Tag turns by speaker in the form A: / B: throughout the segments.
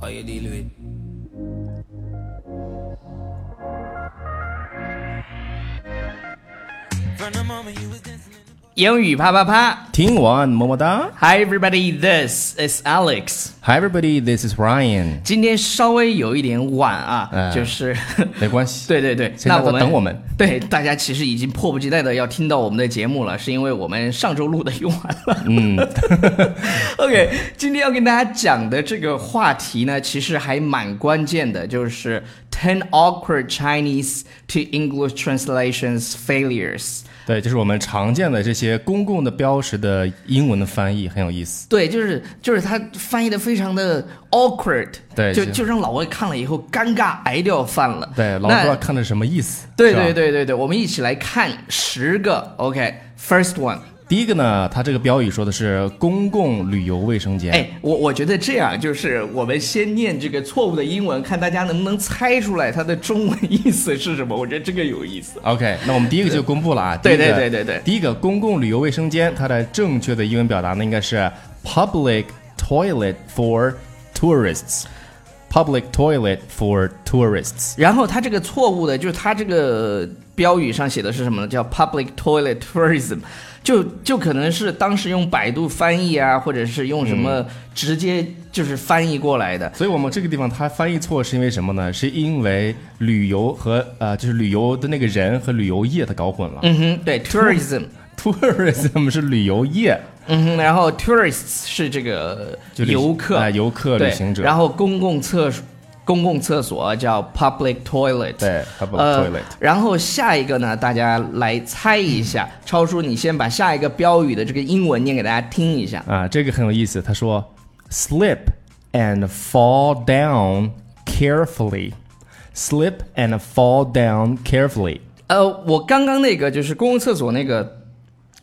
A: how you deal with. From the moment you was dancing.
B: 英语啪啪啪
C: 听完么么哒
B: ！Hi everybody, this is Alex。
C: ，Hi everybody, this is Ryan。
B: 今天稍微有一点晚啊，
C: 嗯
B: 就是
C: 没关系，
B: 对对对，
C: 现
B: 那
C: 在
B: 我们
C: 等我们。
B: 对大家其实已经迫不及待的要听到我们的节目了，是因为我们上周录的用完了。嗯 ，OK，今天要跟大家讲的这个话题呢，其实还蛮关键的，就是 Ten Awkward Chinese to English Translations Failures。
C: 对，就是我们常见的这些公共的标识的英文的翻译，很有意思。
B: 对，就是就是他翻译的非常的 awkward，
C: 对
B: 就
C: 就
B: 就让老外看了以后尴尬癌掉饭了。
C: 对，老
B: 那
C: 不知道看的是什么意思。
B: 对
C: 是吧
B: 对。对对对，我们一起来看十个。OK，first、one，
C: 第一个呢，它这个标语说的是公共旅游卫生间。
B: 哎，我我觉得这样就是我们先念这个错误的英文，看大家能不能猜出来它的中文意思是什么。我觉得这个有意思。
C: OK，那我们第一个就公布了啊。
B: 对
C: 第一个
B: 对对对对
C: 第一个公共旅游卫生间，它的正确的英文表达呢应该是 public toilet for tourists。public toilet for tourists。
B: 然后它这个错误的，就是它这个标语上写的是什么呢？叫 public toilet tourism，就就可能是当时用百度翻译啊，或者是用什
C: 嗯
B: 么直接就是翻译过来的。
C: 所以我们这个地方它翻译错是因为什么呢？是因为旅游和呃，就是旅游的那个人和旅游业它搞混了。
B: 嗯哼，对，tourism，
C: Tourism 是旅游业，
B: 嗯哼，然后 tourists 是这个
C: 就旅
B: 游客，
C: 哎游客、
B: 对
C: 旅行者。
B: 然后公共厕所公共厕所叫 public toilet，
C: 对，public
B: 呃
C: toilet，
B: 然后下一个呢，大家来猜一下。超叔，你先把下一个标语的这个英文念给大家听一下。
C: 啊，这个很有意思。他说，slip and fall down carefully。Slip and fall down carefully。
B: 呃，我刚刚那个就是公共厕所那个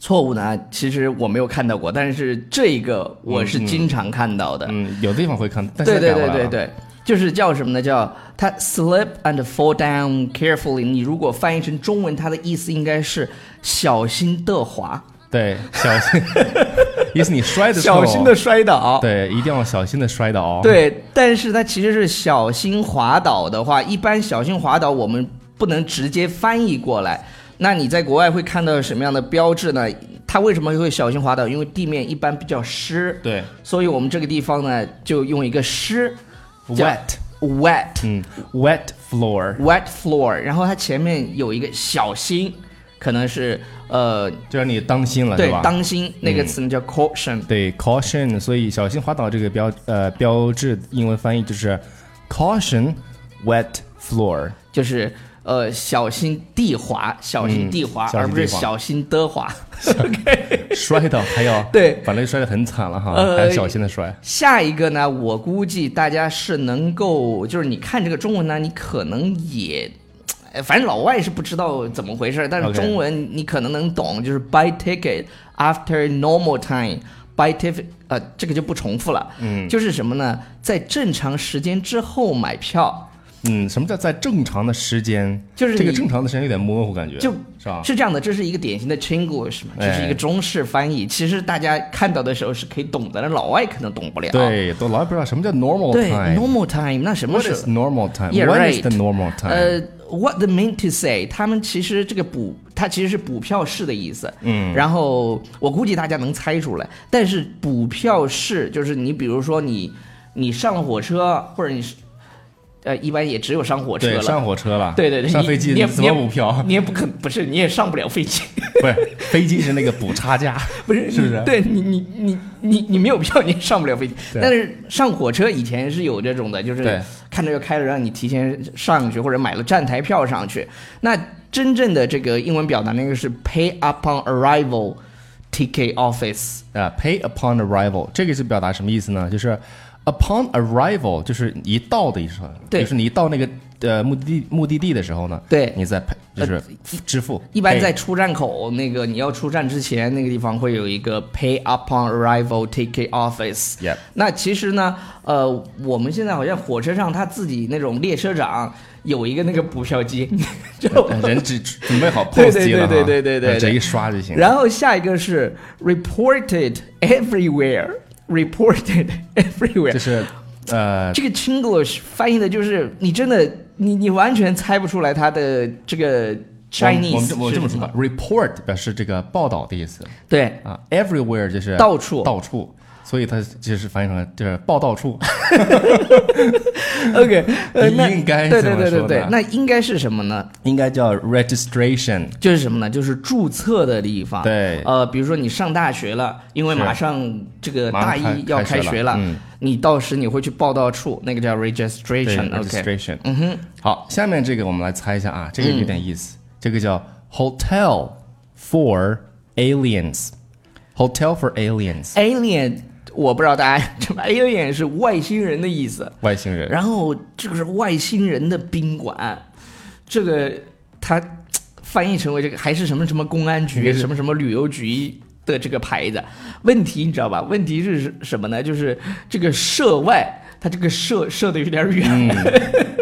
B: 错误呢，其实我没有看到过，但是这个我是经常看到的。
C: 嗯，有的地方会看，但
B: 对
C: 是
B: 对
C: 改
B: 对
C: 完
B: 对
C: 了
B: 对，就是叫什么呢？叫它 slip and fall down carefully。你如果翻译成中文，它的意思应该是小心的滑，
C: 对，小 心，意思你摔的时候，
B: 小心的，摔倒。
C: 对，一定要小心的摔倒哦。
B: 对，但是它其实是小心滑倒的话，一般小心滑倒我们不能直接翻译过来。那你在国外会看到什么样的标志呢？它为什么会小心滑倒？因为地面一般比较湿，
C: 对
B: 所以我们这个地方呢就用一个湿叫
C: Wet
B: wet
C: 嗯，wet floor
B: wet floor，然后它前面有一个小心，可能是呃
C: 就让你当心了，
B: 对
C: 是吧？
B: 当心那个词呢叫 caution，
C: 对 caution，所以小心滑倒这个标呃标志英文翻译就是 caution wet floor。
B: 就是呃小心地滑，小心地滑，
C: 小心地滑
B: 而不是嗯小心的滑。OK，
C: 摔倒还要
B: 对
C: 反正摔得很惨了哈，
B: 呃
C: 还要小心的摔。
B: 下一个呢，我估计大家是能够，就是你看这个中文呢，你可能也。呃反正老外是不知道怎么回事，但是
C: OK
B: 中文你可能能懂就是 buy ticket after normal time，buy ticket，呃，这个就不重复了。嗯，就是什么呢？在正常时间之后买票，
C: 嗯，什么叫在正常的时间？
B: 就是
C: 这个
B: 你
C: 正常的时间有点模糊感觉，
B: 就是
C: 吧？
B: 是这啊样的，这是一个典型的 Chinglish 嘛，这是一个
C: 啊哎
B: 中式翻译。其实大家看到的时候是可以懂的，但老外可能懂不了。
C: 对，都老也不知道什么叫 normal
B: 对
C: time。
B: ，normal time 那什么
C: What
B: 是
C: is normal time?
B: Yeah,
C: What is
B: right.
C: the normal time?
B: 呃，what they mean to say，他们其实这个补，它其实是补票式的意思。嗯，然后我估计大家能猜出来，但是补票式就是你比如说你你上了火车，或者你是呃一般也只有上火车
C: 对，
B: 了。
C: 上火车了，
B: 对对对，
C: 上
B: 你
C: 飞机
B: 你也
C: 怎么补票？
B: 你也不可不是你也上不了飞机。
C: 不是，飞机是那个补差价，
B: 不是，
C: 是不
B: 你
C: 是？
B: 对你，你你你你没有票，你也上不了飞机。
C: 对
B: 但是上火车以前是有这种的，就是
C: 对
B: 看着要开了，让你提前上去，或者买了站台票上去。那真正的这个英文表达那个是 pay upon arrival ticket office。
C: 啊、p a y upon arrival，这个是表达什么意思呢？就是 upon arrival，就是一到的意思，
B: 对
C: 就是你一到那个呃目的地目的地的时候呢，
B: 对呃
C: 你再 pay 就是支付，
B: 一般在
C: pay
B: 出站口那个你要出站之前，那个地方会有一个 pay upon arrival ticket office。
C: Yep
B: 那其实呢，呃，我们现在好像火车上他自己那种列车长有一个那个补票机， 就
C: 呃 人只准备好
B: 对
C: POS 机了哈，
B: 对
C: 呃
B: 对对对对对对
C: 直接一刷就行。
B: 然后下一个是 reported everywhere，reported
C: 就
B: everywhere，
C: 是呃，
B: 这个 Chinglish 翻译的就是你真的你你完全猜不出来它的这个
C: 我
B: Chinese
C: 们我们这
B: 是
C: 么说
B: 什
C: 吧，report 表示这个报道的意思
B: 对，
C: 啊，everywhere 就是
B: 到处
C: 到处，所以它就是翻译成了就是报 道处。
B: OK，呃， 那
C: 应该
B: 对
C: 怎
B: 对
C: 么
B: 对对
C: 说
B: 对
C: 呢，
B: 那应该是什么呢？
C: 应该叫 registration。
B: 就是什么呢？就是注册的地方。
C: 对
B: 呃，比如说你上大学了，因为
C: 是
B: 马上这个大
C: 马上
B: 一
C: 开
B: 要
C: 开学了
B: 学了，
C: 嗯
B: 你到时你会去报到处，那个叫
C: 对
B: registration。OK，
C: registration。嗯哼，好，下面这个我们来猜一下啊，这个有点意
B: 嗯
C: 思，这个叫 hotel for aliens。hotel for aliens，
B: alien，我不知道大家什么 alien 是外星人的意思，
C: 外星人。
B: 然后这个是外星人的宾馆，这个它翻译成为这个还是什么什么公安
C: 应
B: 局
C: 该是
B: 什么什么旅游局。的这个牌子，问题你知道吧？问题是什么呢？就是这个涉外，它这个涉涉的有点远。
C: 嗯，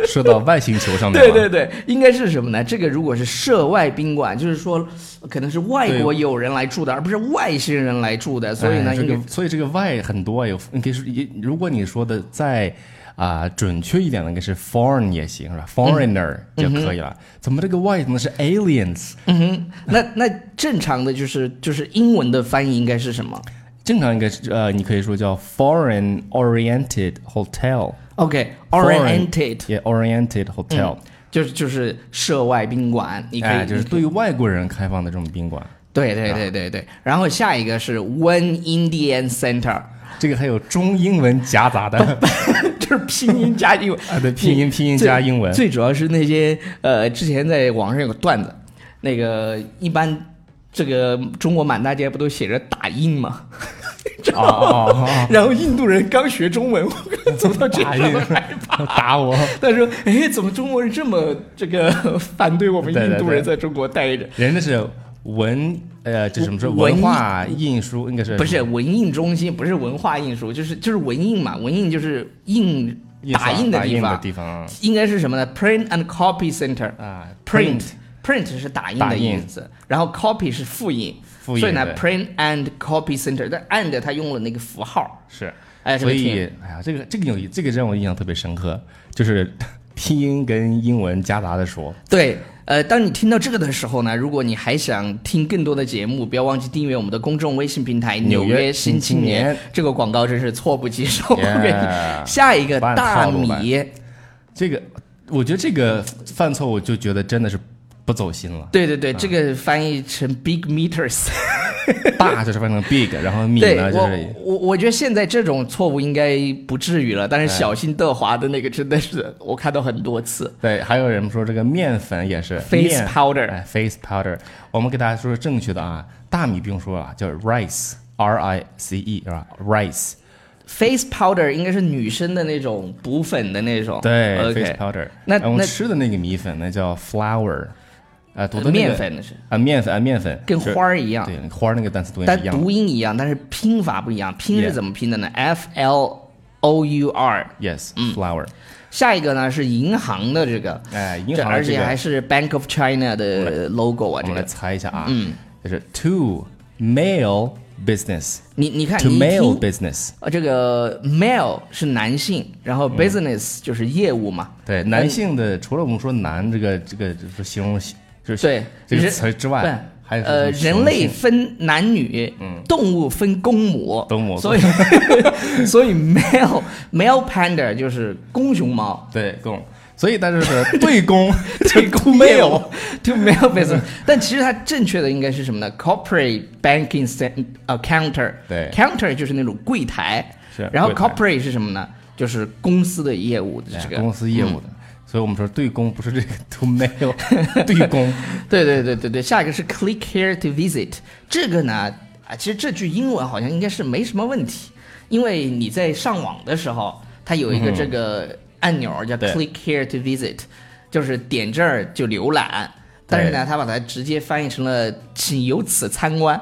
C: 说到外星球上面
B: 对
C: 了。
B: 对对，应该是什么呢？这个如果是涉外宾馆，就是说可能是外国友人来住的，而不是外星人来住的。所以呢，
C: 哎这
B: 应该
C: 个所以这个外很多啊，有你可以说，也如果你说的再啊、准确一点的，应该是 foreign 也行是
B: 嗯
C: 吧？foreigner、就可以了。怎么这个外怎么是 aliens？
B: 嗯哼，那那正常的就是就是英文的翻译应该是什么
C: 正常应该是呃，你可以说叫 foreign oriented hotel。
B: ？OK，oriented、
C: 也 oriented hotel，、
B: 嗯就是就是涉外宾馆，你可以、
C: 哎，就是
B: 你可以啊
C: 对于外国人开放的这种宾馆，
B: 对对对对对。然后下一个是 One Indian Center，
C: 这个还有中英文夹杂的
B: 就是拼音加英文。
C: 啊，对，拼音拼音
B: 最
C: 加英文，
B: 最主要是那些呃，之前在网上有个段子，那个一般这个中国满大街不都写着打印 吗？
C: 哦哦哦，
B: 然后印度人刚学中文，我走到这
C: 打印
B: 上面 来，
C: 打我，
B: 他说：“哎，怎么中国人这么这个 反对我们
C: 对对
B: 印度人
C: 对
B: 在中国待着？”
C: 人家是文呃，这怎么说
B: 文
C: 文化印书应该是
B: 不是文印中心，不是文化印书，就是就是文印嘛，文印就是印
C: 印刷
B: 打印的
C: 打
B: 地
C: 印的
B: 方，
C: 地方
B: 应该是什么呢？Print and Copy Center。
C: 啊
B: print print 是打印
C: 打
B: 的
C: 印
B: 意思，然后 copy 是复印，
C: 复印
B: 所以呢
C: 对
B: ，print and copy center，但 and 它用了那个符号，
C: 是，
B: 哎这个
C: 所以
B: 挺
C: 哎呀，这个这个有这个让我印象特别深刻，就是拼音跟英文夹杂 的说，
B: 对。呃，当你听到这个的时候呢，如果你还想听更多的节目，不要忘记订阅我们的公众微信平台《纽
C: 纽约
B: 约新
C: 新青
B: 年》
C: 年
B: 这个广告真是错不及手。
C: Yeah，
B: 下一个
C: 半
B: 大
C: 套路版
B: 米，
C: 这个我觉得这个犯错，我就觉得真的是不走心了。
B: 对对对，这个翻译成 big meters。
C: 大就是翻成 big，然后米
B: 对
C: 呢就
B: 我
C: 是
B: 我我觉得现在这种错误应该不至于了，但是
C: 哎
B: 小心德华的那个真的是我看到很多次。
C: 对，还有人说这个面粉也是
B: Face
C: 面
B: powder
C: 哎，face powder。我们给大家说说正确的啊，大米不用说了，叫 rice，r i c e 是吧？rice，
B: Face powder 应该是女生的那种补粉的那种，
C: 对
B: ，OK，
C: ，face powder。
B: 那
C: 哎我们
B: 那呃
C: 吃的那个米粉呢叫 flour，啊，读的那个
B: 面粉是
C: 啊，面粉啊，面粉
B: 跟
C: 就是
B: 花儿啊一样，
C: 对花儿那个单词读音
B: 但
C: 是一样的。
B: 读音一样，但是拼法不一样。拼是
C: Yeah
B: 怎么拼的呢？F L O U R。嗯啊
C: Yes，flour。
B: 下一个呢是银行的这个，
C: 哎，银
B: 这
C: 行的
B: 而
C: 这
B: 且
C: 个
B: 还是 Bank of China 的 logo 啊，
C: 我
B: 这
C: 们来
B: 个嗯
C: 猜一下啊，就是 to mail business，to
B: 你你看你一听
C: mail business，
B: 呃，这个 male 是男性，然
C: 嗯
B: 后 business 就是业务嘛。
C: 对，男性的除了我们说男这个这个就是形容就是
B: 对
C: 这个
B: 人
C: 词之
B: 对
C: 外，还有
B: 呃，
C: 什么
B: 人类
C: 形容性
B: 分男女，动物分公母，
C: 公母
B: 所以 所以 male male panda 就是公熊猫。
C: 对公，所以但是 是对公
B: 对
C: 公 mail
B: to male business，但 其实它正确的应该是什么呢？corporate banking cen- 呃 counter，
C: 对
B: ，counter 就是那种柜台，
C: 是
B: 然后
C: 柜台
B: corporate 是什么呢？就是公司的业务，这个嗯
C: 公司业务的，所以我们说对公不是这个 to mail 对公，
B: 对对对对对，下一个是 click here to visit，这个呢，啊，其实这句英文好像应该是没什么问题，因为你在上网的时候，它有一个这个按钮叫
C: 对
B: click here to visit，就是点这儿就浏览，但是呢，它把它直接翻译成了请由此参观。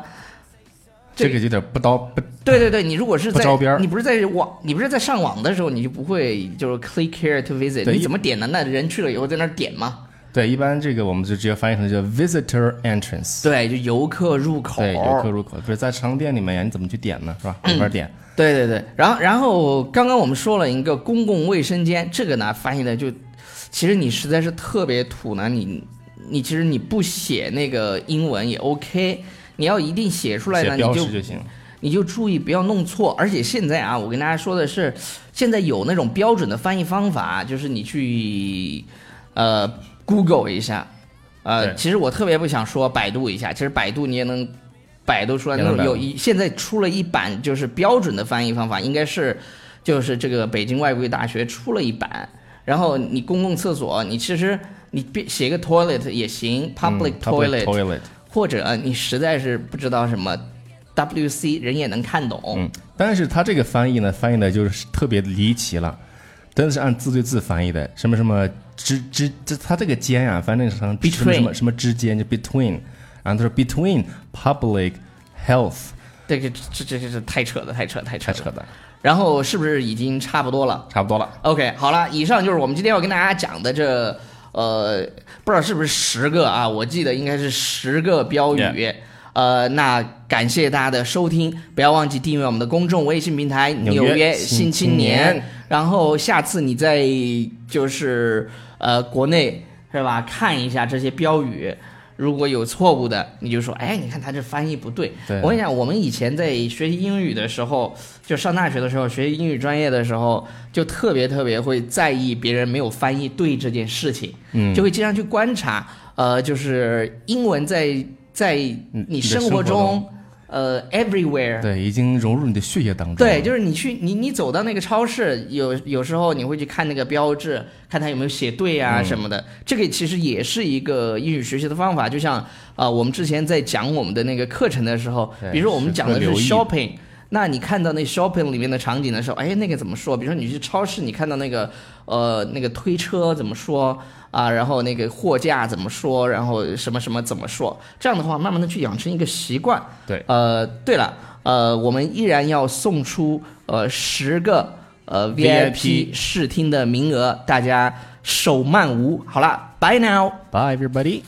C: 这个有点不刀不
B: 对对对，你如果是
C: 不
B: 在
C: 着边儿
B: 你不是在网，你不是在上网的时候，你就不会就是 click here to visit，
C: 对
B: 你
C: 一
B: 怎么点呢？那人去了以后在那儿点吗？
C: 对，一般这个我们就直接翻译成叫 visitor entrance，
B: 对，就游客入口。
C: 对，游客入口。可是，在商店里面呀，你怎么去点呢？是吧？
B: 嗯
C: 没法点。
B: 对对对，然后然后刚刚我们说了一个公共卫生间，这个呢翻译的就，其实你实在是特别土呢，你你其实你不写那个英文也 OK，你要一定写出来呢，
C: 写
B: 你
C: 标
B: 就
C: 识就行。
B: 你就注意不要弄错。而且现在啊，我跟大家说的是，现在有那种标准的翻译方法，就是你去呃 Google 一下，呃，
C: 对
B: 其实我特别不想说百度一下，其实百度你也能百度出来
C: 也
B: 那
C: 能
B: 种有
C: 百度
B: 一现在出了一版就是标准的翻译方法，应该是就是这个北京外国语大学出了一版，然后你公共厕所你其实。你别写个 toilet 也行，public
C: 嗯 public toilet。
B: 或者你实在是不知道什么 WC，人也能看懂。
C: 嗯，但是他这个翻译呢，翻译的就是特别离奇了，真的是按字对字翻译的，什么什么之之，这他这个间啊，翻正成
B: Between
C: 什么什么什么之间就 between，然后他说 between public health，
B: 这个这这这这太扯了，太扯了，太扯
C: 太
B: 了。
C: 扯的，
B: 然后是不是已经差不多了
C: 差不多了。
B: ？OK，好了，以上就是我们今天要跟大家讲的这呃，不知道是不是十个啊？我记得应该是十个标语。
C: Yeah
B: 呃，那感谢大家的收听，不要忘记订阅我们的公众微信平台《
C: 纽
B: 纽
C: 约
B: 约
C: 新
B: 青
C: 青
B: 年》
C: 年
B: 然后下次你在就是呃国内是吧，看一下这些标语，如果有错误的，你就说，哎，你看他这翻译不对。
C: 对
B: 我跟你讲，我们以前在学习英语的时候，就上大学的时候学习英语专业的时候，就特别特别会在意别人没有翻译对这件事情，嗯，就会经常去观察，呃，就是英文在在你
C: 你的
B: 生
C: 生
B: 活
C: 活
B: 中
C: 中，
B: 呃，everywhere，
C: 对，已经融入你的血液当中。
B: 对，，就是你去你你走到那个超市，有有时候你会去看那个标志，看它有没有写对
C: 嗯
B: 啊什么的。这个其实也是一个英语学习的方法，就像呃我们之前在讲我们的那个课程的时候，
C: 对
B: 比如说我们
C: 时刻
B: 讲的是
C: 留意
B: shopping。那你看到那 shopping 里面的场景的时候，哎，那个怎么说？比如说你去超市，你看到那个呃那个推车怎么说啊？然后那个货架怎么说？然后什么什么怎么说？这样的话，慢慢的去养成一个习惯，呃，对了，呃，我们依然要送出呃十个呃
C: VIP
B: 试听的名额，大家手慢无。好了，Bye now。
C: Bye everybody。